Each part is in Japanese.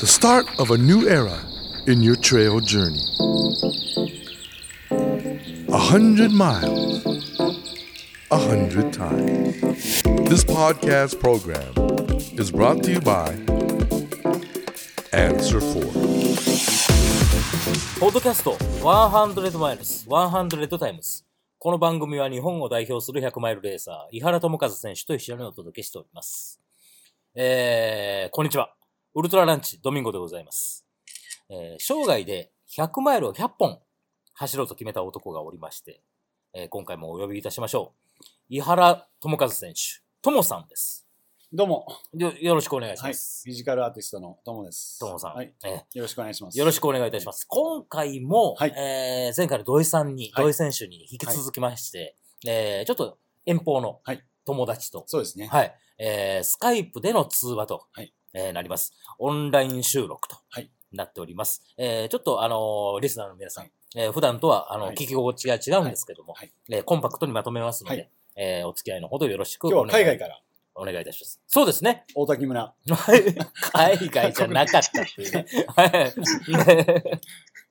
the start of a new era in your trail journey. A hundred miles, a hundred times. This podcast program is brought to you by Answer 4. ポッドキャスト100マイルス100タイムズ。この番組は日本を代表する100マイルレーサー、井原智和選手と一緒にお届けしております。えー、こんにちは。ウルトラランチ、ドミンゴでございます。えー、生涯で100マイルを100本走ろうと決めた男がおりまして、えー今回もお呼びいたしましょう。井原智和選手、ともさんです。どうも、よよろしくお願いしはい、まフす。ィジカルアーティストのトモです。ともさん、はい、えーよろしくお願いします。よろしく。くお願いいたします。今回も、はいえー前回の土井さんに、はい土井選手に引き続きまして、えーちょっと遠方のはい友達と、そうですね。はいえースカイプでの通話と、はいえーなります。オンライン収録とはいなっております。えーちょっと、あのーリスナーの皆さん、はいえー普段とはあの、はい聞き心地が違うんですけども、はいえーコンパクトにまとめますので、はいえーお付き合いのほどよろしく今日おは願海外いからお願いいたします。そうです ね。大滝村、はい海外じゃなかったっていう ね。はい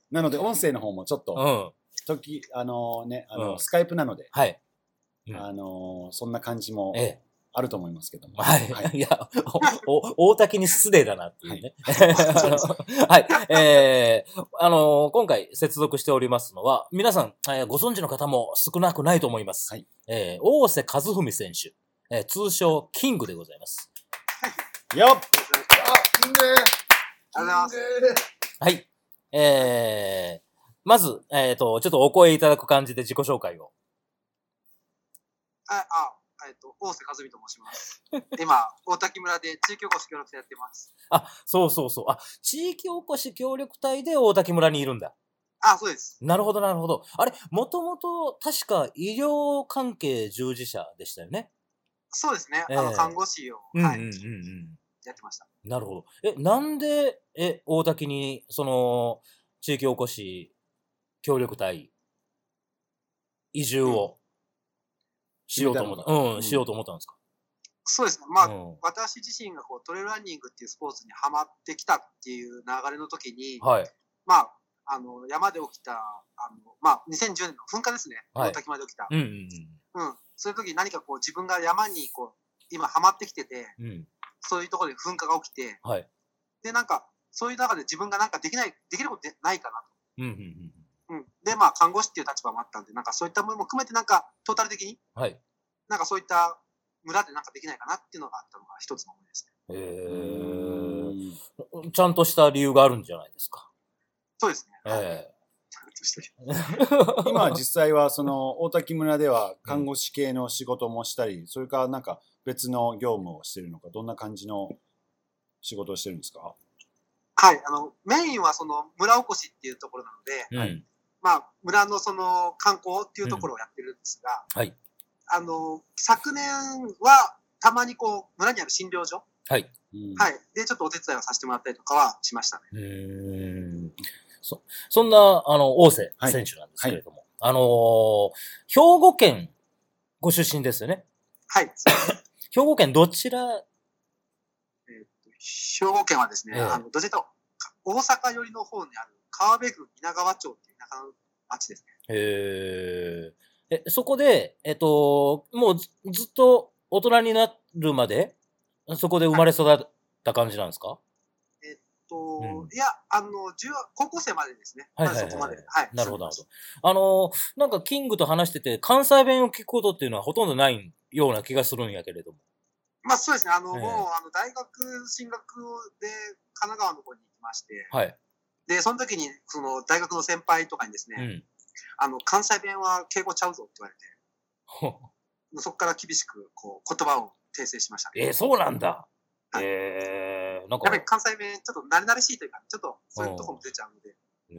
なので音声の方もちょっうと、ん。時、あのね、あの、うんスカイプなので、はい。うんあのそんな感じもええ。あると思いますけども。はい。い、や、おお大滝に失礼だなっていうね。そうですはい。えー、あのー今回接続しておりますのは、皆さん、えーご存知の方も少なくないと思います。はいえー大瀬和文選手、えー通称キングでございます。よっありがとうございます。はい。えー、まず、えっ、と、ちょっとお声いただく感じで自己紹介を。あ、あ、えっと、大瀬和美と申します。今、大滝村で地域おこし協力隊やってます。あ、そうそうそう。あ、地域おこし協力隊で大滝村にいるんだ。あ、そうです。なるほど、なるほど。あれ、もともと確か医療関係従事者でしたよね。そうですね。ええあの、看護師を、はい、やってました。なるほど。え、なんで、え、大滝に、その、地域おこし協力隊、移住をしようと思った。決めたのうん、うんしようと思ったんですか。そうですね。まあ、うん私自身がこうトレイルランニングっていうスポーツにハマってきたっていう流れの時に、はい。まあ、あの、山で起きた、あの、まあ、2010年の噴火ですね。はい大滝村で起きた。うん、うん。そういう時に何かこう自分が山にこう、今ハマってきてて、うん、うん。うん。そういうところで噴火が起きて、はい。で、なんか、そういう中で自分がなんかできない、できることってないかなうん、うん、うん。うん、で、まあ、看護師っていう立場もあったんで、なんかそういったものも含めて、なんか、トータル的に、はい。なんかそういった村でなんかできないかなっていうのがあったのが一つの思いですね。えうー、んちゃんとした理由があるんじゃないですか。そうですね。はいえ今実際はその大滝村では看護師系の仕事もしたり、それからなんか別の業務をしてるのか、どんな感じの仕事をしてるんですか はい、あの、メインはその村おこしっていうところなので、えうん。まあ、村のその観光っていうところをやってるんですが、うんはい。あの、昨年は、たまにこう、村にある診療所、はい。うんはい。で、ちょっとお手伝いをさせてもらったりとかはしましたね。うーんそそんな、あの、大瀬はい選手なんですけれども、あのー兵庫県ご出身ですよね。はい。兵庫県どちら、兵庫県はですね、ええあのどちらかというと大阪寄りの方にある川辺郡稲川町っていう田舎の町ですね。えーえ、そこで、えっと、もうずずっと大人になるまで、そこで生まれ育った感じなんですかとうんいや、あの、中学高校生までですね。はいまだそこまで。はいなるほど、なるそうほど。あのーなんかキングと話してて、関西弁を聞くことっていうのはほとんどないような気がするんやけれども。まあそうですね、あの、ええもう、あの、大学進学で神奈川の方に行きまして、はい。で、その時に、その、大学の先輩とかにですね、うん。あの、関西弁は敬語ちゃうぞって言われて、もうそこから厳しく、こう、言葉を訂正しました ね、えー、そうなんだ。はいえー、なんか。やっぱり関西弁、ちょっと慣れ慣れしいというか、ちょっとそういうところも出ちゃうので、い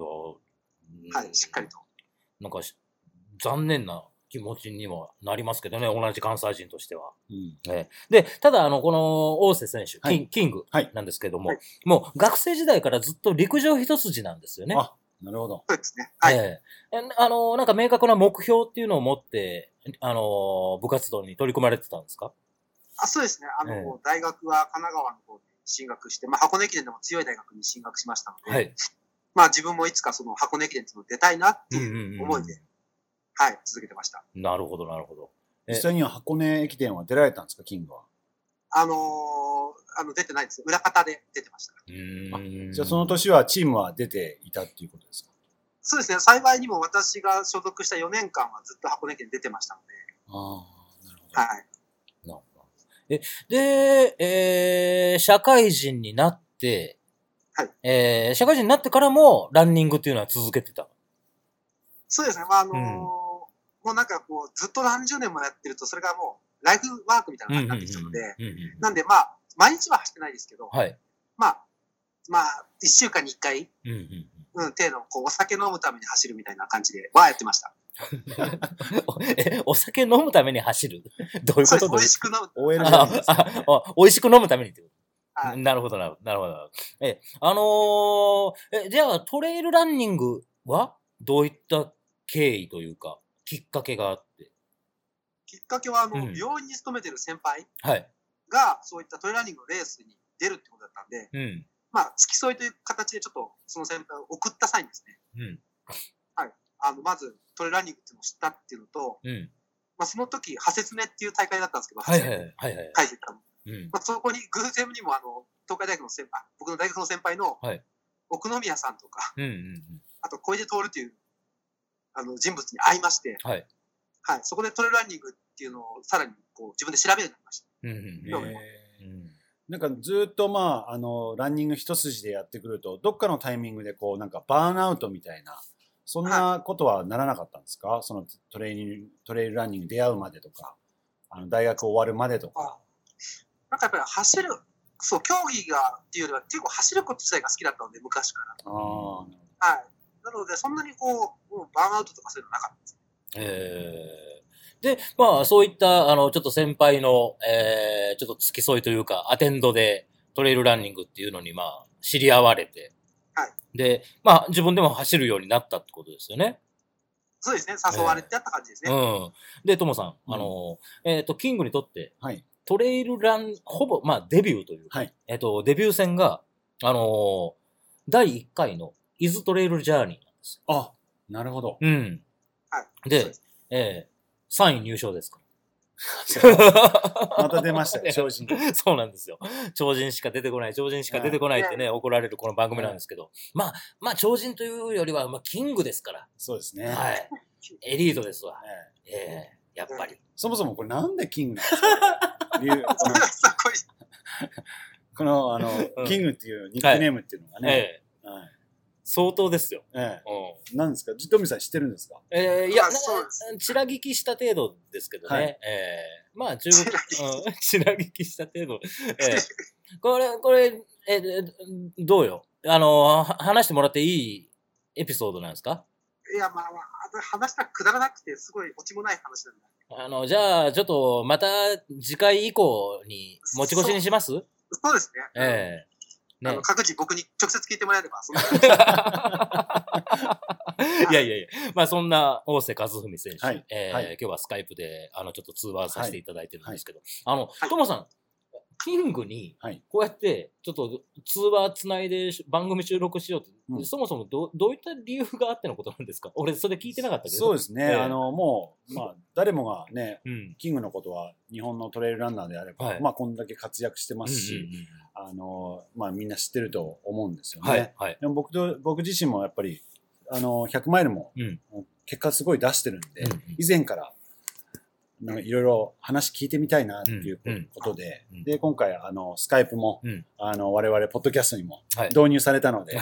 やーはい、しっかり。と。なんかし、残念な気持ちにもなりますけどね、同じ関西人としては。うんええで、ただ、あの、この、大瀬選手、はいキンキングはいなんですけども、はいもう学生時代からずっと陸上一筋なんですよね。あなるほど。そうですね。はい。えええあの、なんか明確な目標っていうのを持って、あの、部活動に取り組まれてたんですかあそうですね。あの、ええ大学は神奈川の方で進学して、まあ、箱根駅伝でも強い大学に進学しましたので、はい。まあ、自分もいつかその箱根駅伝っていうのを出たいなってうんいううんう思いで、はい、続けてました。ん。なるほど、なるほど。実際には箱根駅伝は出られたんですか、キングは。あのーあの、出てないです。裏方で出てました。うーんじゃあその年はチームは出ていたっていうことですかそうですね、幸いにも私が所属した4年間はずっと箱根駅伝出てましたので、ああ、なるほど。はい。なるほどえ、で、えー社会人になって、はいえー社会人になってからもランニングっていうのは続けてた。そうですね、まあ、あのーうんもうなんかこう、ずっと何十年もやってると、それがもう、ライフワークみたいな感じになってきたので、うんうんうんなんでまあ、毎日は走ってないですけど、はい。まあ、まあ、1週間に1回、うんうんうん うん、程度、こう、お酒飲むために走るみたいな感じで、はやってました。おえお酒飲むために走る どういうそこうでとす、どうい美う味しく飲む。 OL じゃはいなあいですか。ああ美味しく飲むためにってことはいなるほど、なるなるほど。え、あのーえ、じゃあトレイルランニングはどういった経緯というか、きっかけがあって。きっかけは、あの、うん病院に勤めてる先輩はい。が、そういったトレーラーニングのレースに出るってことだったんで、うん。まあ、付き添いという形で、ちょっと、その先輩を送った際にですね、うん。あの、まず、トレーラーニングっていうのを知ったっていうのと、うん。まあ、その時、ハセツネっていう大会だったんですけど、はいはいはい。はいはい。書いてたの。うん。まあ、そこに偶然にも、あの、東海大学の先輩、あ僕の大学の先輩のはい、奥宮さんとか、うんうんうん。あと小出徹というあの人物に会いまして、はい。はい、そこでトレーランニングっていうのをさらにこう自分で調べるようになりました。うんうんえうんようん。なんかずっとまあ、あの、ランニング一筋でやってくると、どっかのタイミングでこう、なんかバーンアウトみたいな、そんなことはならなかったんですかそのトレーニング、トレイルランニングに出会うまでとか、あの、大学終わるまでとか。なんかやっぱり走る、そう、競技がっていうよりは結構走ること自体が好きだったので、昔かああ、ら。はい。なので、そんなにこう、もうバーンアウトとかそういうのなかったです。えーで、まあ、そういった、あの、ちょっと先輩の、えーちょっと付き添いというか、アテンドで、トレイルランニングっていうのに、まあ、知り合われて、はで、まあ、自分でも走るようになったってことですよね。そうですね、誘われてやった感じですね。うん。で、ともさん、うんあの、えっ、と、キングにとって、はいトレイルラン、ほぼ、まあ、デビューというか、はいえっ、と、デビュー戦が、あの第1回の、イズトレイルジャーニーなんですあ、なるほど。よ。うん。はい。でそうすえー、3位入賞ですから。ま た出ましたよ、正直。 そうなんですよ。超人しか出てこない、超人しか出てこないってね、怒られるこの番組なんですけど、まあ、まあ、超人というよりは、まあ、キングですから、そうですね。はえい。エリートですわ。えええやっぱり。そもそもこれなんでキングなんですか理由こ のそこにこの、あのうん、キングっていうニックネームっていうのがえね。えはい相当ですよ。ええ。うん。何ですかジトミさん知ってるんですかええいや、なまあそうですちら聞きした程度ですけどね。はいええまあ、中国、うん、ちら聞きした程度。 ええこれ、これ、ええどうよ。あの、は話してもらっていいエピソードなんですかいや、まあ、話したらくだらなくて、すごいオチもない話なんで。あの、じゃあ、ちょっと、また次回以降に持ち越しにしますそうですね。ええあねの各自僕に直接聞いてもらえれば、そんな いやいやいや、まあそんな大瀬和文選手、はいええはい今日はスカイプで、あの、ちょっと通話させていただいてるんですけど、あの、いトモさん、キングにはい、こうやって、ちょっと通話つないで番組収録しようって、うんそもそもどどういった理由があってのことなんですか俺、それ聞いてなかったけど。そうですね。ええあの、もう、まあ、誰もがね、うん。キングのことは日本のトレイルランナーであれば、はいまあ、こんだけ活躍してうまんうんすし、あの、まあ、みんな知ってると思うんですようんね。はい、はい。でも僕と、僕自身もやっぱり、あの、100マイルもうん、結果すごい出してるんで、うんうん以前から、なんかいろいろ話聞いてみたいなっていううんうんことで、うんで、今回、あの、スカイプも、うんあの、我々、ポッドキャストにもはい導入された ので、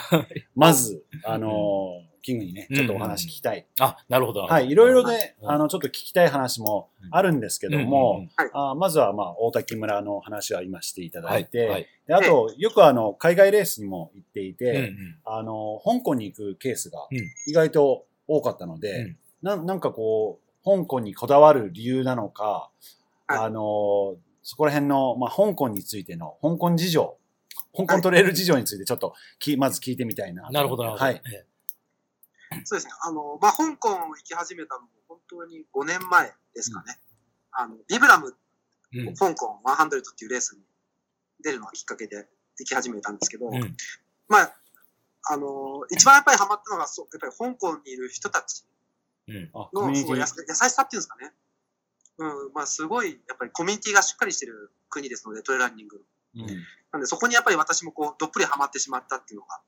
まず、あの、キングにね、うんちょっとお話聞きたい。あ、なるほど。なるほどはい、いろいろね、うんあの、ちょっと聞きたい話もあるんですけども、うんうんあまずは、まあ、大滝村の話は今していたうんだいて、はい。であと、よくあの、海外レースにも行っていて、はいうんうんあの、香港に行くケースがうん意外と多かったので、うんななんかこう、香港にこだわる理由なのか、はいあの、そこら辺の、まあ、香港についての、香港事情、香港トレール事情についてちょっとき、まず聞いてみたいな。なるほど、なるほど。はい。えそうですね。あの、まあ、香港行き始めたのも本当に5年前ですかね。あの、ビブラム、え。うん香港100っていうレースに出るのがきっかけで、行き始めたんですけど、うん。まあ、あの、一番やっぱりハマったのが、そうやっぱり香港にいる人たちうん。あ、コミのュすニテごいやィす優しさっていうんですかね。うん、まあすごい、やっぱりコミュニティがしっかりしてる国ですので、トレランニングの。うんなんでそこにやっぱり私もこう、どっぷりハマってしまったっていうのが、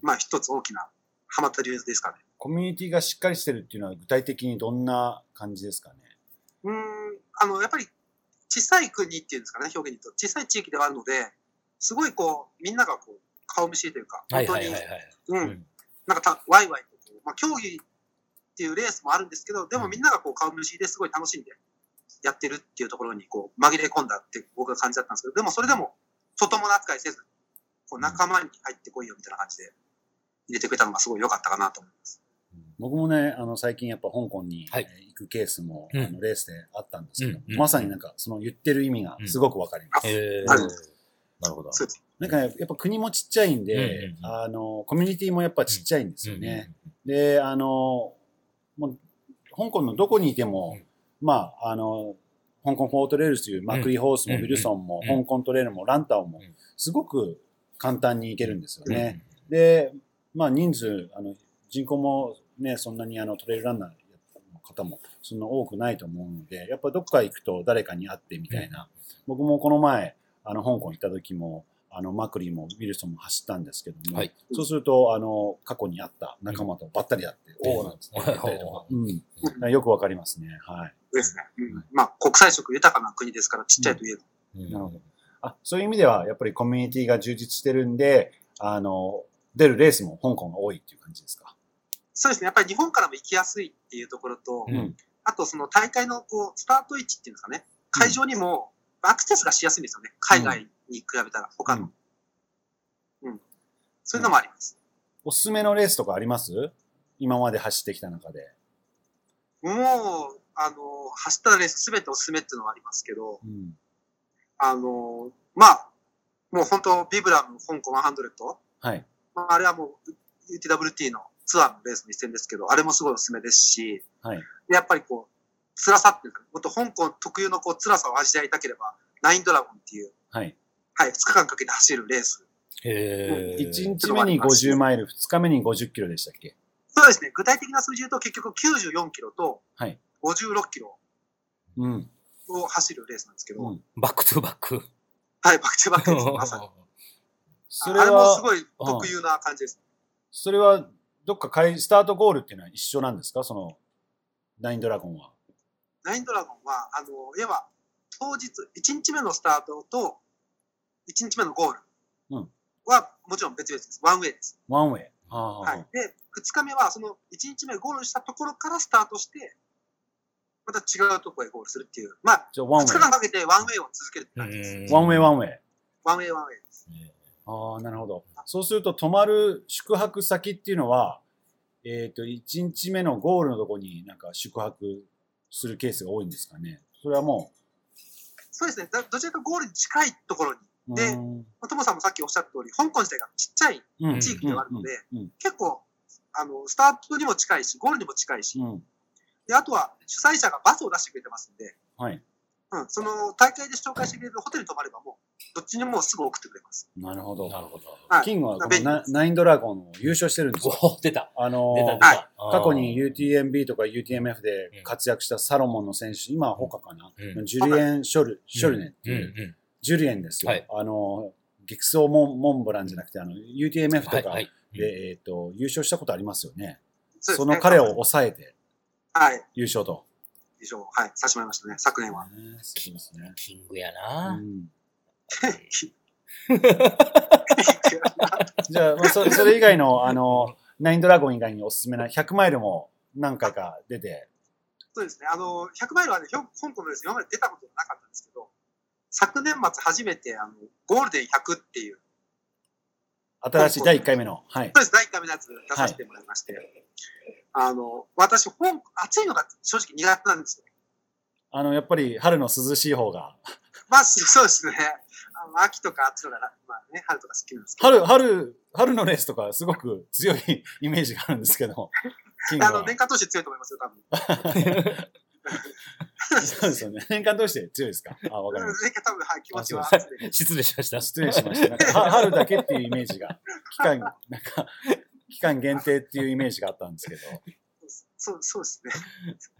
まあ一つ大きなハマった理由ですかね。コミュニティがしっかりしてるっていうのは具体的にどんな感じですかね。うーん、あの、やっぱり小さい国っていうんですかね、表現に言うと。小さい地域ではあるので、すごいこう、みんながこう、顔見知りというか、は本い当はに、いはいはい。ううんん、なんかた、ワイワイとこう、まあ競技っていうレースもあるんですけど、でうもんみんながこう、顔見知りですごい楽しんでやってるっていうところにこう、紛れ込んだって僕は感じだったんですけど、でもそれでも、外物扱いせず、こう、仲間に入ってこいよみたいな感じで入れてくれたのがすごい良かったかなと思います。僕もね、あの最近やっぱ香港にはいえー行くケースも、うんあのレースであったんですけど、うんうんまさになんかその言ってる意味がすごくわかります。えーあるんでなるほど。そうです。なんかねやっぱ国もちっちゃいんで、うんうんうんあのコミュニティもやっぱちっちゃいんですよね。うんで、あの、もう香港のどこにいても、うんまあ、あの、香港フォートレールスというマクリーホースもうんウィルソンも、うん香港トレールもランタオもうん、すごく簡単に行けるんですようんうんね。で、まあ人数、あの人口もね、そんなにあのトレイルランナーの方もそんな多くないと思うので、やっぱどっか行くと誰かに会ってみたいな。僕もこの前、あの香港行った時も、あのマクリーもウィルソンも走ったんですけども、はいそうすると、あの、過去に会った仲間とばったり会って、うんおおなんつって言ったりとか、ううん。だからよくわかりますね。はい。ですね。うはん。まあ、国際色豊かな国ですから、ちっちゃいといえど。うんなるほど。あ、そういう意味では、やっぱりコミュニティが充実してるんで、あの、出るレースも香港が多いっていう感じですか。そうですね。やっぱり日本からも行きやすいっていうところと、うんあとその大会のこう、スタート位置っていうんですかね。会場にもアクセスがしやすいんですよね。海外に比べたら、他の。うん。そういうのもあります。おすすめのレースとかあります今まで走ってきた中で。もう、あの、走ったレースすべておすすめっていうのはありますけど、うん。あの、まあ、もう本当、ビブラム香港100、はい。まあ、あれはもう UTWT のツアーのレースの一戦ですけど、あれもすごいおすすめですし、はい。でやっぱりこう、辛さっていうか、もっと香港特有のこう辛さを味わいたければ、ナインドラゴンっていう、はい。はい、2日間かけて走るレース。へー1日目に50マイル、2日目に50キロでしたっけそうですね、具体的な数字で言うと結局94キロとはい。 56キロうん。を走るレースなんですけど、うん。バックトゥーバック。はい、バクチバ クです、まさに。そあれれもすは、ごい特有な感じです。それは、どっかかいスタートゴールっていうのは一緒なんですかその、ナインドラゴンは。ナインドラゴンは、あの、要は、当日、1日目のスタートと、1日目のゴーうルんは、もちろん別々です。ワンウェイです。ワンウェイ。あはい、で2日目はその1日目ゴールしたところからスタートしてまた違うところへゴールするっていうまあじゃあ、ワン2ウ日ェ間かけてワンウェイを続けるってう感じです、んイ。ワンウェイ、ワンウェイ。ワンウェイワンウェイですああ、なるほど。そうすると、泊まる宿泊先っていうのは、えっ、と、1日目のゴールのとこになんか宿泊するケースが多いんですかね。それはもそうですねだどちらかというとゴールに近いところにう。でうんまあトモさんもさっきおっしゃった通り香港自体がちっちゃいうん地域ではあるので、うんうん結構あのスタートにも近いしゴールにも近いし、うん。であとは主催者がバスを出してくれてますんで、はい。うん、その大会で紹介してくれるホテルに泊まればもうどっちにもすぐ送ってくれますなるほど。なるほど。はいキングはこ便の利ナナインドラゴンを優勝してるんですよ。お出た。あの出たー出た。はいあー過去に UTMB とか UTMF で活躍したサロモンの選手、今は他かな、うんジュリエン・ショル、ショルネンってうんいうう、ん。ジュリエンですよ。はいあのー、激走モンモンブランじゃなくて、あの、UTMF とかはで、いはい。えっ、と、優勝したことありますよね。そうですそねの彼を抑えてはい優勝と。以上はいさせてもらいましたね 昨年は そうですね。キングやうな。ん、はじゃあ、まあ、そそれ以外の、あの、ナインドラゴン以外におすすめな100マイルも何回か出て、そうですね。あの、100マイルはね、ひょ香港のですね、今まで出たことがなかったんですけど、昨年末初めて、あの、ゴールデン100っていう、新しい第1回目の、はいス。トレス第1回目のやつ出させてもらいまして、あの、私、香港、暑いのが正直苦手なんですよ。あの、やっぱり春の涼しい方が、まあ、そそうですね。あの秋とか暑いのが、まあね、春とか好きなんですけ春、ど、春、春のレースとかすごく強い イメージがあるんですけど、キングあの、は年間通して強いと思いますよ、多分。そうですよね。年間通して強いですか あ、わかりましなんか多分、はい、気持ちはあ。失礼しましたた。。失礼しました。なんかは春だけっていうイメージが、期間、なんか、期間限定っていうイメージがあったんですけど。そう、そうです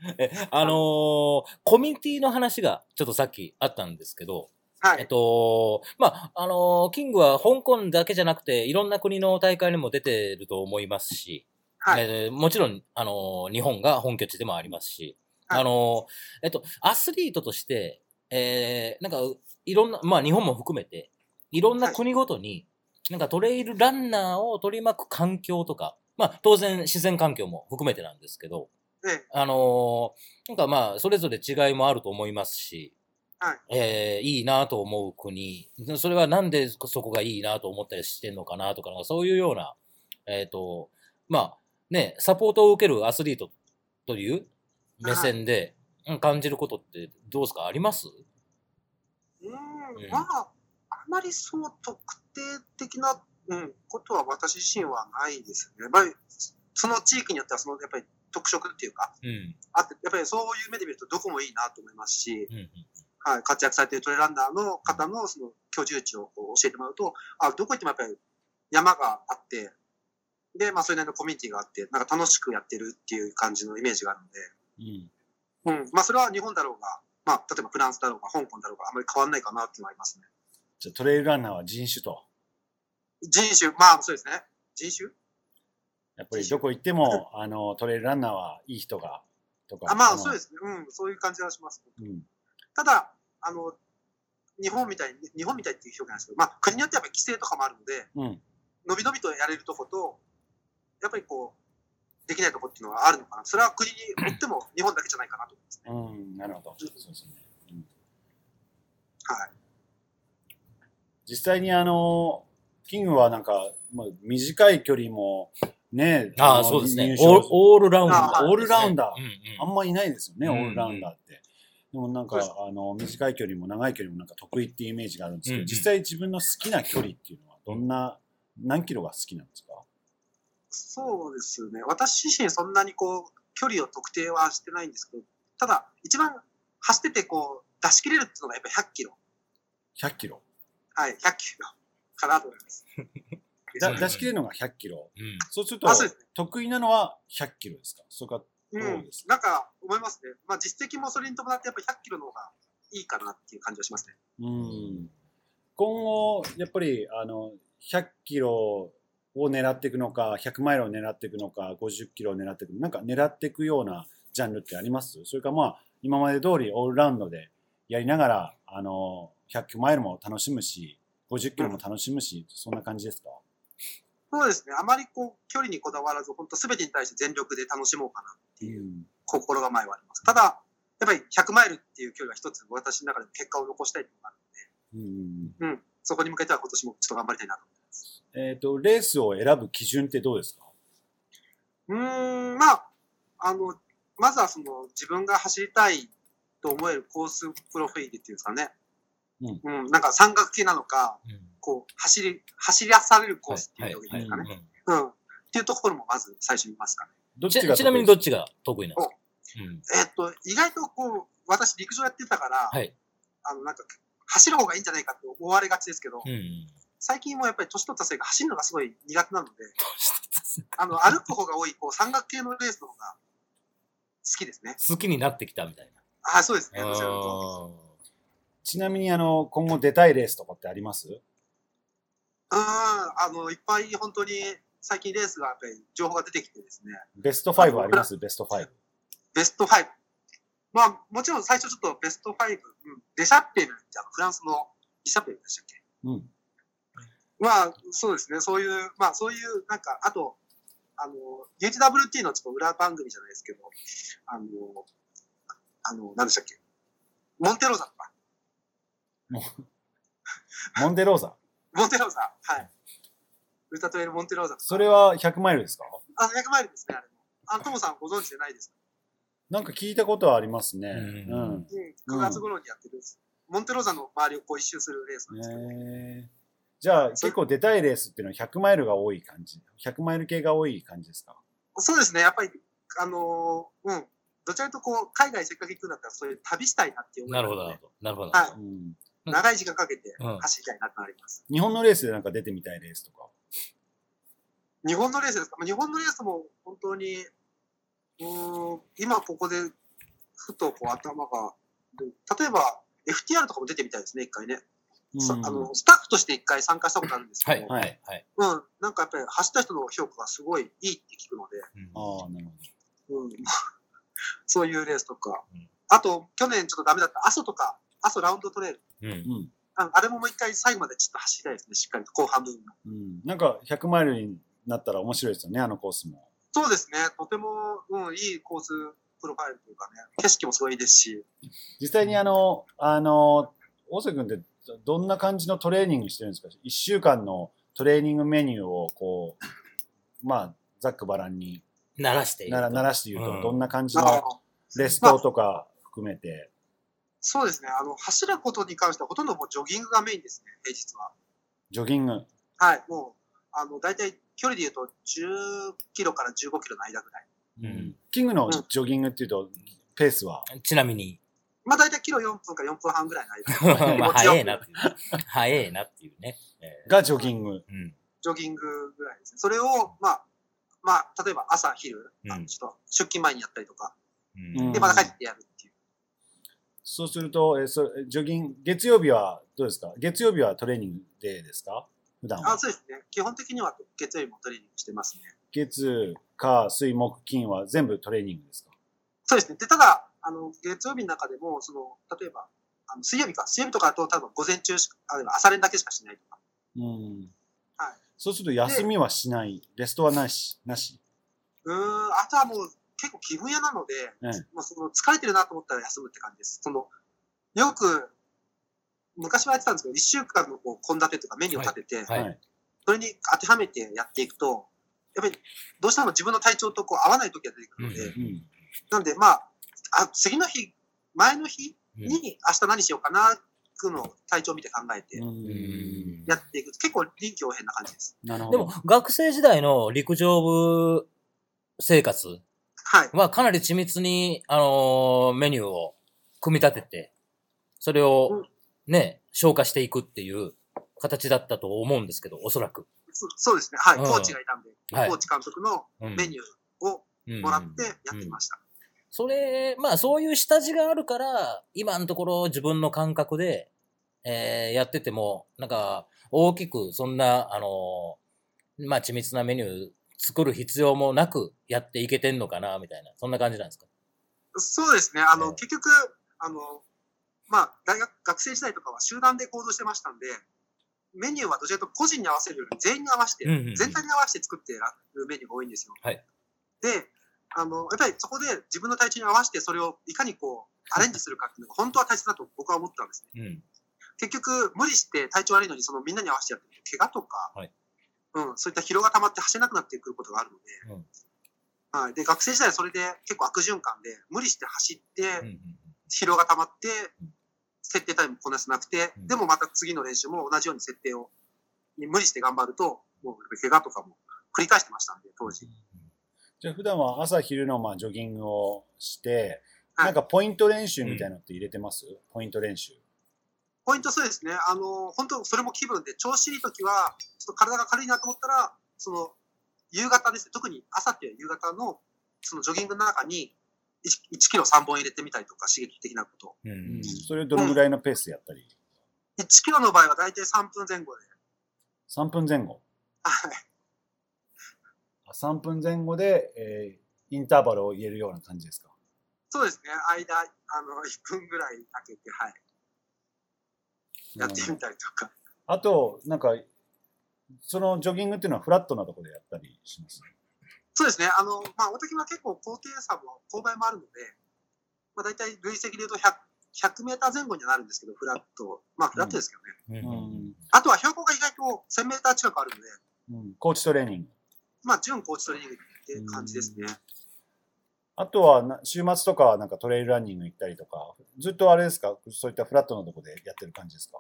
ね。えあのーコミュニティの話がちょっとさっきあったんですけど、はい。えっと、まあ、あのーキングは香港だけじゃなくて、いろんな国の大会にも出てると思いますし、はいえーもちろん、あのー日本が本拠地でもありますし、はいあのーえっと、アスリートとして、えーなんか、いろんな、まあ、日本も含めて、いろんな国ごとに、なんかトレイルランナーを取り巻く環境とか、まあ、当然自然環境も含めてなんですけど、ええ、あのーなんかまあ、それぞれ違いもあると思いますし、、はいえーいいなと思う国、それはなんでそこがいいなと思ったりしてんのかなとか、なんかそういうような、えっ、と、まあ、ね、サポートを受けるアスリートという目線で、うん感じることってどうですかありますうええん、まあ、あまりそう特定的な、うん、ことは私自身はないですね。やっぱり、その地域によっては、その、やっぱり特色っていうか、うん。あって、やっぱりそういう目で見るとどこもいいなと思いますし、うんうん。はい、活躍されているトレランナーの方のその居住地をこう教えてもらうと、あ、どこ行ってもやっぱり山があって、で、まあ、それなりのコミュニティがあって、なんか楽しくやってるっていう感じのイメージがあるので、うん。うん。まあ、それは日本だろうが、まあ、例えばフランスだろうが、香港だろうが、あまり変わんないかなっていうのはありますね。じゃあトレイルランナーは人種と。人種、まあ、そうですね。人種やっぱりどこ行っても、あの、トレイルランナーはいい人が、とか。。あまあ、そうですすね。うん、そういう感じはします。うん。ただ、あの、日本みたいに、日本みたいっていう表現なんですけど、まあ、国によってやっぱり規制とかもあるので、うん。のびのびとやれるとこと、やっぱりこう、できないとこっていうのはあるのかな。それは国によっても日本だけじゃないかなと思いますね。うん。なるほど。そうですね。はい。実際にあの、キングはなんか、まあ、短い距離も、ね、ああ、のそうですね入。賞オールオールラウンダーですね、あオールラウンダーうんあんまいないですよね、うんオールラウンダーって。でもなんか、そうですあの、短い距離も長い距離もなんか得意っていうイメージがあるんですけど、うん実際自分の好きな距離っていうのは、どんな、何キロが好きなんですかそうですね。私自身そんなにこう、距離を特定はしてないんですけど、ただ、一番走っててこう、出し切れるっていうのがやっぱ100キロ。 ?100 キロ。はい、100キロかなと思います。だ出し切れるのが100キロ。うん。うんそうするとあそうで、得意なのは100キロですかそれか、うそうんです、なんか思いますね。まあ実績もそれに伴ってやっぱ100キロの方がいいかなっていう感じはしますね。うん今後、やっぱりあの100キロを狙っていくのか、100マイルを狙っていくのか、50キロを狙っていくのか、なんか狙っていくようなジャンルってありますそれかまあ、今まで通りオールラウンドでやりながら、あの100マイルも楽しむし、50キロも楽しむし、そんな感じですかそうですね。あまりこう、距離にこだわらず、本当全てに対して全力で楽しもうかなっていう心構えはあります。ただ、やっぱり100マイルっていう距離は一つ私の中でも結果を残したいっていうのがあうんる。うん。そこに向けては今年もちょっと頑張りたいなと。えっと、レースを選ぶ基準ってどうですかうーん、まあ、あの、まずはその自分が走りたいと思えるコースプロフィールっていうんですかね。うんうん。なんか三角形なのか、こう、走り、走らされるコースっていうわけですかね。うんうん。っていうところもまず最初に見ますかね。どっちちがちなみにどっちが得意なんですかうん。えっと、意外とこう、私陸上やってたから、はい。あの、なんか、走る方がいいんじゃないかって思われがちですけど、うん。最近もやっぱり年取ったせいか走るのがすごい苦手なので、あの、歩く方が多い、こう、山岳系のレースの方が好きですね。好きになってきたみたいあ、そうですね。な。どちらかというとちなみにあの今後出たいレースとかってありますうーん、あの、いっぱい本当に最近レースがやっぱり情報が出てきてですね、ベスト5ありますベスト5。ベスト5。まあ、もちろん最初ちょっとベスト5、うん、デシャッペルってあのフランスのデシャッペルでしたっけうんまあ、そうですね。そういう、まあ、そういう、なんか、あと、あの、UHWT のちょっと裏番組じゃないですけど、あの、あの、何でしたっけモンテローザとか。モンデローザ。モンテローザ。はい。歌とえるモンテローザとか。それは100マイルですかあ、100マイルですね、あれも。あの、トモさんご存知でないですかなんか聞いたことはありますね。ううんん。うん、9月頃にやってるんです、モンテローザの周りをこう一周するレースなんですけど、へーじゃあ結構出たいレースっていうのは100マイルが多い感じ。100マイル系が多い感じですかそうですね、やっぱり、あのーうん、どちらかというとこう、海外せっかく行くんだったら、そういう旅したいなっていう思いながあるるほのど、なでるほど。なるほど。はいうんど長い時間かけてうん走りたいなってなります。日本のレースでなんか出てみたいレースとか。日本のレースですか、まあ、日本のレースも本当に、うーん、今ここで、ふとこう頭が、例えば FTR とかも出てみたいですね、一回ね。さうんあのスタッフとして一回参加したことあるんですはけい、ど、ははいい、はい。うん、なんかやっぱり走った人の評価がすごいいいって聞くので、うんああ、なるほ うん、そういうレースとかうん、あと去年ちょっとダメだった阿蘇とか、阿蘇ラウンドトレイル、うんど。うん。ああれももう一回最後までちょっと走りたいですね、しっかりと後半部分もうん、なんか100マイルになったら面白いですよね、あのコースも。そうですね、とても、うん、いいコースプロファイルというかね、景色もすごいいいですし、実際にあの、あの、大瀬君ってどんな感じのトレーニングしてるんですか ?1 週間のトレーニングメニューをこう、まあ、ざっくばらんに鳴らしているならならして言ううんと、どんな感じあののレストとか含めて。そうですねあの、走ることに関してはほとんどもうジョギングがメインですね、平日は。ジョギング。はい、もう、あの、大体距離で言うと10キロから15キロの間ぐらい。うんキングのジョギングっていうと、ペースは。ちなみに、まあ大体キロ4分から4分半ぐらいの間。 まあ、早えなっていう。早えなっていうね。えーがジョギング。うん。ジョギングぐらいですね。それを、まあ、まあ、例えば朝、昼、あうんのちょっと出勤前にやったりとか、うんで、また帰ってやるっていう。そうすると、えそれジョギング、月曜日はどうですか月曜日はトレーニングデーですか普段はあ。そうですね。基本的には月曜日もトレーニングしてますね。月、火、水、木、金は全部トレーニングですかそうですね。で、ただ、あの、月曜日の中でも、その、例えば、あの水曜日か、水曜日とかだと多分午前中しか、あ朝練だけしかしないとか。うん。はいそうすると休みはしない、レストはなし、なし。うーん、あとはもう結構気分屋なので、うんもうその疲れてるなと思ったら休むって感じです。そのよく、昔はやってたんですけど、1週間のこう献立とかメニューを立てて、はい。はいそれに当てはめてやっていくと、やっぱりどうしても自分の体調とこう合わない時が出てくるので、うんうん。なんでまあ、あ次の日、前の日うにん明日何しようかな、くのを体調を見て考えてうん。やっていく。結構臨機応変な感じです。なるほでど。も、学生時代の陸上部生活はい。はかなり緻密に、あのーメニューを組み立てて、それをね、消化していくっていう形だったと思うんですけど、おそらく。そそうですね。はい。うんコーチがいたんで、はいコーチ監督のうんメニューをもらってやってましした。た。それ、まあそういう下地があるから、今のところ自分の感覚で、えーやってても、なんか、大きくそんな、あのーまあ緻密なメニュー作る必要もなくやっていけてんのかな、みたいな、そんな感じなんですかそうですね。あの、ええ結局、あの、まあ、大学、学生時代とかは集団で行動してましたんで、メニューはどちらかというと個人に合わせるより全員に合わせて、うんうんうん全体に合わせて作ってやるメニューが多いんですよ。はいで、あの、やっぱりそこで自分の体調に合わせてそれをいかにこう、アレンジするかっていうのが本当は大切だと僕は思ったんですね。うん。結局、無理して体調悪いのに、そのみんなに合わせてやってると怪我とか、はいうん、そういった疲労が溜まって走れなくなってくることがあるので、うんはい、で学生時代はそれで結構悪循環で、無理して走って、うんうん疲労が溜まってうん、設定タイムこなせなくて、うんでもまた次の練習も同じように設定を、に無理して頑張ると、もう怪我とかも繰り返してましたんで、当時。じゃあ普段は朝昼のまあジョギングをして、はいなんかポイント練習みたいなのって入れてます、ポイント練習。ポイントそうですね。あの、本当それも気分で、調子いい時は、ちょっと体が軽いなと思ったら、その、夕方ですね。特に朝っていう夕方の、そのジョギングの中に1、1キロ3本入れてみたりとか、刺激的なこと。うんうんうんそれをどのぐらいのペースでやったり、 1キロの場合は大体3分前後で。 3分前後。はい。あ3分前後で、えーインターバルを入れるような感じですかそうですね。間、あの、1分ぐらいかけて、はい。やってみたりとか。あと、なんか、そのジョギングっていうのはフラットなところでやったりします、そうですね。あの、まあ、大滝は結構高低差も、勾配もあるので、まあ、大体累積で言うと100、100メーター前後にはなるんですけど、フラット。まあ、フラットですけどね。うんうんあとは標高が意外と1000メーター近くあるので、うん、コーチトレーニング。まあ、準コーチトレーニングって感じですね。あとはな、週末とかはなんかトレイルランニング行ったりとか、ずっとあれですか、そういったフラットなところでやってる感じですか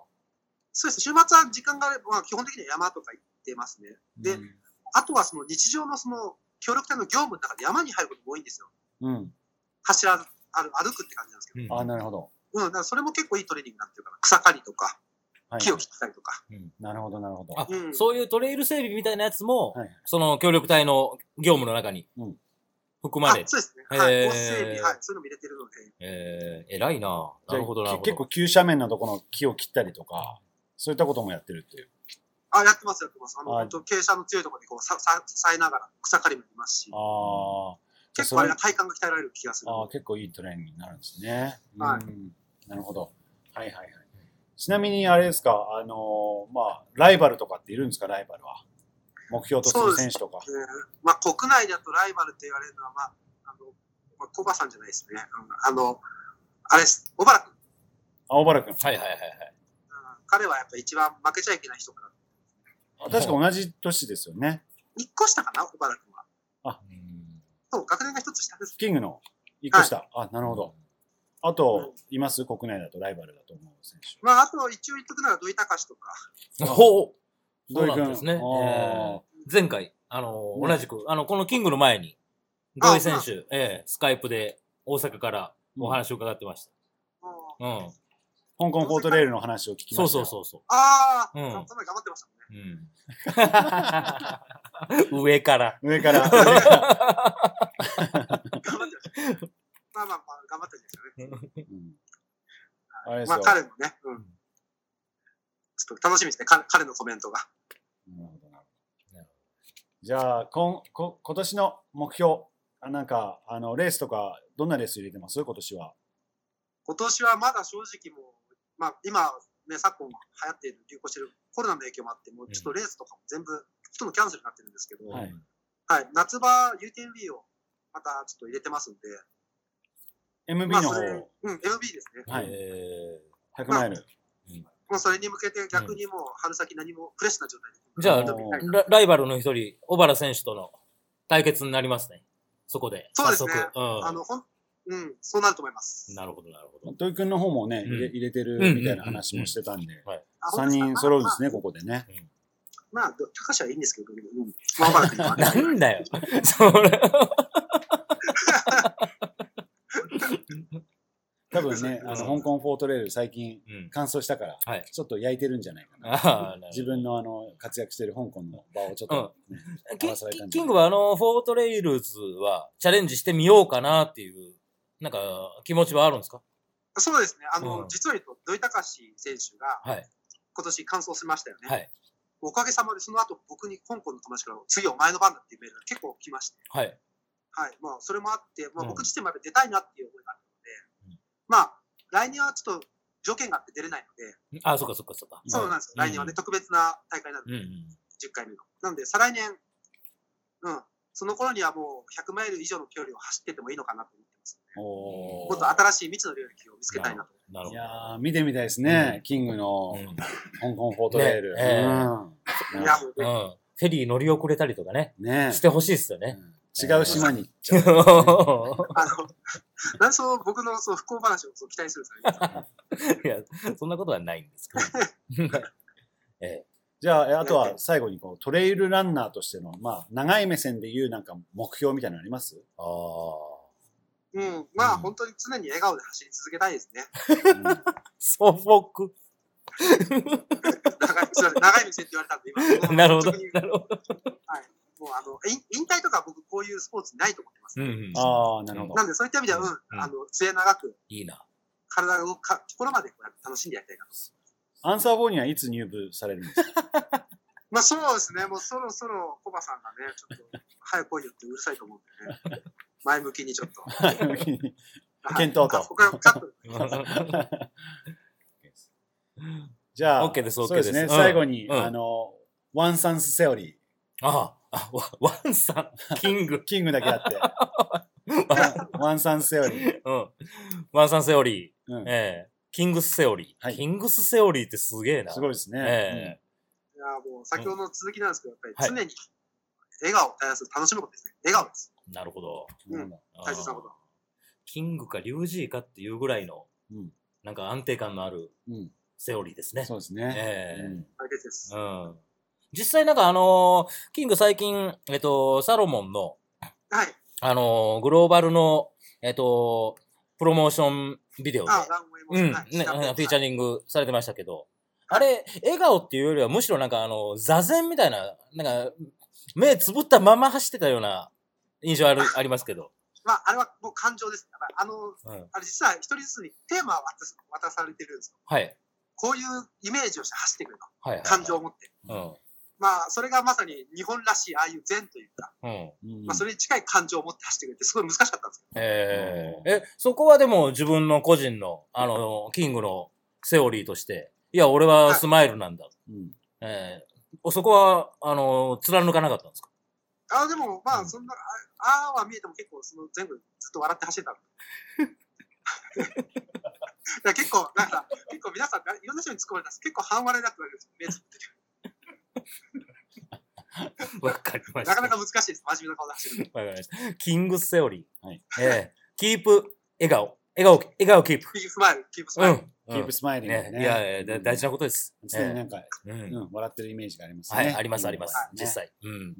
そうですね、週末は時間があれば、まあ、基本的には山とか行ってますね。で、うんあとはその日常のその協力隊の業務の中で山に入ることも多いんですよ。うん。走らず、ある歩くって感じなんですけうんああ、なるほど。ど、うん、だからそれも結構いいトレーニングになってるから、草刈りとか、はい。木を切ったりとか、なるほど、なるほど。あうんそういうトレイル整備みたいなやつも、はいその協力隊の業務の中にうん含まあれ、そうですね。はい。へーコース整備、はい。そういうのも入れてるので、えー、偉いなじなゃあるほど、なるほど。け結構急斜面のところの木を切ったりとか、そういったこともやってるっていう。あ、やってます、やってます。あの、はい本当傾斜の強いところにこう、さ、さ、支えながら草刈りもいますし、ああ。じゃあ結そ構あれれが体幹が鍛えられる気がする。ああ、結構いいトレーニングになるんですね。はいうん。なるほど。はいはいはい。ちなみにあれですか、あのーまあ、ライバルとかっているんですか、ライバルは。目標とする選手とか。えーまあ、国内だとライバルって言われるのは、まあ、あの、まあ、コバさんじゃないですね。うんあの、あれです、小原君、うん青原君。はいはいはいはい。彼はやっぱ一番負けちゃいけない人かな。あ確か同じ年ですよね。一個下かな、小原君は。うんそう、学年が一つ下です。キングの一個下。あ、なるほど。。あと、います国内だとライバルだと思う選手。まあ、あと一応言っとくなら、土井隆とか、ほう土そ井う君なんですね。えあーー前回、あのーね同じく、あの、このキングの前に、土井選手、えースカイプで大阪からお話を伺ってましもうた。うん。香港フォートレールの話を聞きそまうしたそうよ。そうそあうあ、んそんなに頑張ってましたもんね。う。うん。 上から。上から。頑張ってました。 まあまあまあ、頑張ってるんですよね。うんあれですまあよ。彼もね、うん。ちょっと楽しみですね、彼彼のコメントが。なるほどなるほなる。どじゃあ、こんこ今年の目標、あなんかあのレースとか、どんなレース入れてます今年は。今年はまだ正直もう、まあ今、ね、昨今流行っている、流行しているコロナの影響もあって、もうちょっとレースとかも全部、ほとんどキャンセルになってるんですけど、ははいい、夏場 UTMB をまたちょっと入れてますんで、 MB まあのそ方、れ、うん、MB ですね。はいえ100マイル。もうそれに向けて逆にもう春先何もフレッシュな状態で。じゃあ挑みたいーなラライバルの一人、小原選手との対決になりますね。そこで。そうですね早速あの、ほん、うん、そうなると思いますうん。。なるほど、なるほど。土井君の方もね、入れうん入れてうんうんるみたいな話もしてたんで、あ3人揃うんで。本当すね、ここでね。かまあ、まあまあど高橋はいいんですけど、うん。まあ、わからない なんだよ。それ。多分ね、あのうん香港フォートレール、最近、うん。乾燥したから、はい。ちょっと焼いてるんじゃないかな。ああ、なるほど自分のあの活躍してる香港の場をちょっと、ねキ争い感じキングはあの、フォートレイルズはチャレンジしてみようかなっていう、なんか気持ちはあるんですかそうですね。あの、うん実を言うと、土井隆選手がはい。今年完走しましたよね。はい。おかげさまで、その後僕に香港の友達から、次お前の番だっていうメールが結構来まして、はい。はい。まあ、それもあって、まあ、うん僕自身もやっぱ出たいなっていう思いがあるうので、んまあ、来年はちょっと条件があって出れないので、あ、そっかそっかそっか。そうなんですよ。うん来年はね、特別な大会なのうんで、うん。 10回目の。なので、再来年、うん、その頃にはもう100マイル以上の距離を走っててもいいのかなと思ってます。おーもっと新しい未知の領域を見つけたいなと。なるいほど。やー見てみたいですね、キングのうん香港フォートレール。ねええいや、もううね、ん。フェリー乗り遅れたりとかね、うんねしてほしいですよえね。違う島に行っ ちゃう。あの、なんでその僕のそう不幸話をそう期待するんですかね。いや、そんなことはないん ですけど。えじゃあえ、あとは最後にこうトレイルランナーとしての、まあ、長い目線で言うなんか目標みたいなのあります、え。ああ。うん、まあ、うん本当に常に笑顔で走り続けたいですね。うん素朴。長い、すいません長い目線って言われたんで、今。 なるほど。率直になるほど。もうあの、引引退とか僕こういうスポーツないと思ってます。うんうん。ああ、なるほどな。ので、そういった意味では、うん、んあの、末長く、いいな。 体をか、ところまでこうやって楽しんでやりたいなと。アンサー4にはいつ入部される んですかまあ、そうですね。もうそろそろコバさんがね、ちょっと、早く来いよってうるさいと思うんでね。前向きにちょっと。 検討とあここからカット。じゃあ、 OK です OK そうですね、ですうん最後に、うんあの、ワンサンスセオリあああ、ワワンさん、キングー、。キングだけ あって、ワンワンサンスセオリー。うん。ワンサンセオリー。うんええキングスセオリー、はいキングスセオリーってすげえな。すごいですね。えいやもう先ほどの続きなんですけど、やっぱはいり常に笑顔を絶やす楽しむことですね。笑顔です。えなるほど。うんなるほどああ大切なこと。キングかリュウジーかっていうぐらいの、うんなんか安定感のあるうんセオリーですね。そうですね。ええうん大切です。うん。実際なんかあのーキング最近、えっと、サロモンの、はい。あのーグローバルのえっ、と、プロモーションビデオで、あ、ランウェイもうん、ね、はあいのフィーチャリングされてましたけど、あれ、笑顔っていうよりは、むしろなんか、あの、座禅みたいな、なんか、目つぶったまま走ってたような印象ある、ありますけど。まあ、あれはもう感情です。やっぱりあの、うん。あれ実は一人ずつにテーマを渡す渡されてるんですよ。はい。こういうイメージをして走ってくるの。はい、はい。感情を持って。うん。まあ、それがまさに日本らしい、ああいう善というか、うん。うんまあ、それに近い感情を持って走ってくるって、すごい難しかったんですよ。えうんー、え、そこはでも自分の個人の、あの、キングのセオリーとして、いや、俺はスマイルなんだ。うんえー、そこは、あの、貫かなかったん ですかああ、でも、うまあ、んそんな、ああーは見えても結構、その全部ずっと笑って走ってたの。 いや結構、なんか、結構皆さん、いろんな人に突っ込まれたんです結構半笑いだって言われるんですよ目つぶってる。わかりました。なかなか難しいです。真面目な顔で走るの。わかりました。キングスセオリー。はいええキープ、笑顔。笑顔、笑顔キープ。キープスマイル、キープスうマイル。ん。キープスマイリングねね。いやいや、だ大事なことです。常にえなんか、えうんうん、笑ってるイメージがありますね。はい、あります、ありますは。実。際。うん。うん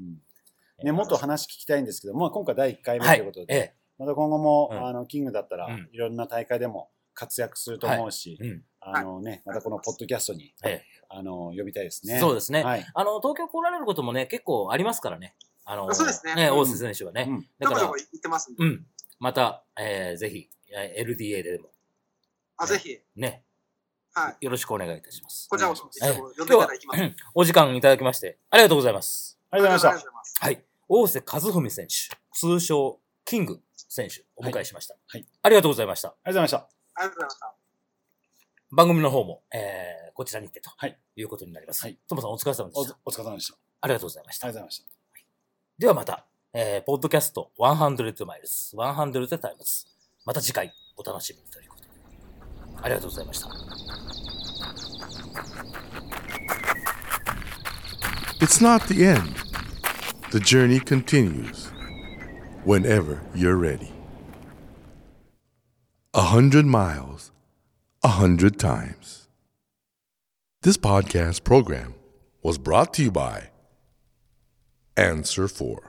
ね、もっと話聞きたいんですけど、まあ、今回第1回目はといういこと。で、えまた今後も、うんあのキングだったら、うんいろんな大会でも活躍すると思うし、え。うん。あのね、またこのポッドキャストに、えあの呼びたいですね。そうですね。はい、あの、東京来られることもね、結構ありますからね。あの、そうですね大瀬選手はうね。んだどかこどらこ、行ってますんで。うん。また、えーぜひ、えー LDA でも、あ、ぜひ、ね、はい。よろしくお願いいたします。こちらこそ、ええ呼んでいただきます。今日はお時間いただきまして、ありがとうございます。ありがとうございました。ざいました。はい。大瀬和文選手、通称、キング選手、お迎えしました。はいはいありがとうございました。ありがとうございました。ありがとうございました。番組の方も、えー、こちらに行ってと、はいい、うことになります。はいトムさん、お疲れ様でおした。お疲れ様でした。ありがとうございましあたりがとうご。ざいました。ではまた、えー、ポッドキャスト100マイルス、100タイムズ。また次回、お楽しみにということで。ありがとうございました。 It's not the end. The journey continues whenever you're ready. A hundred miles, a hundred times. This podcast program was brought to you by Answer 4.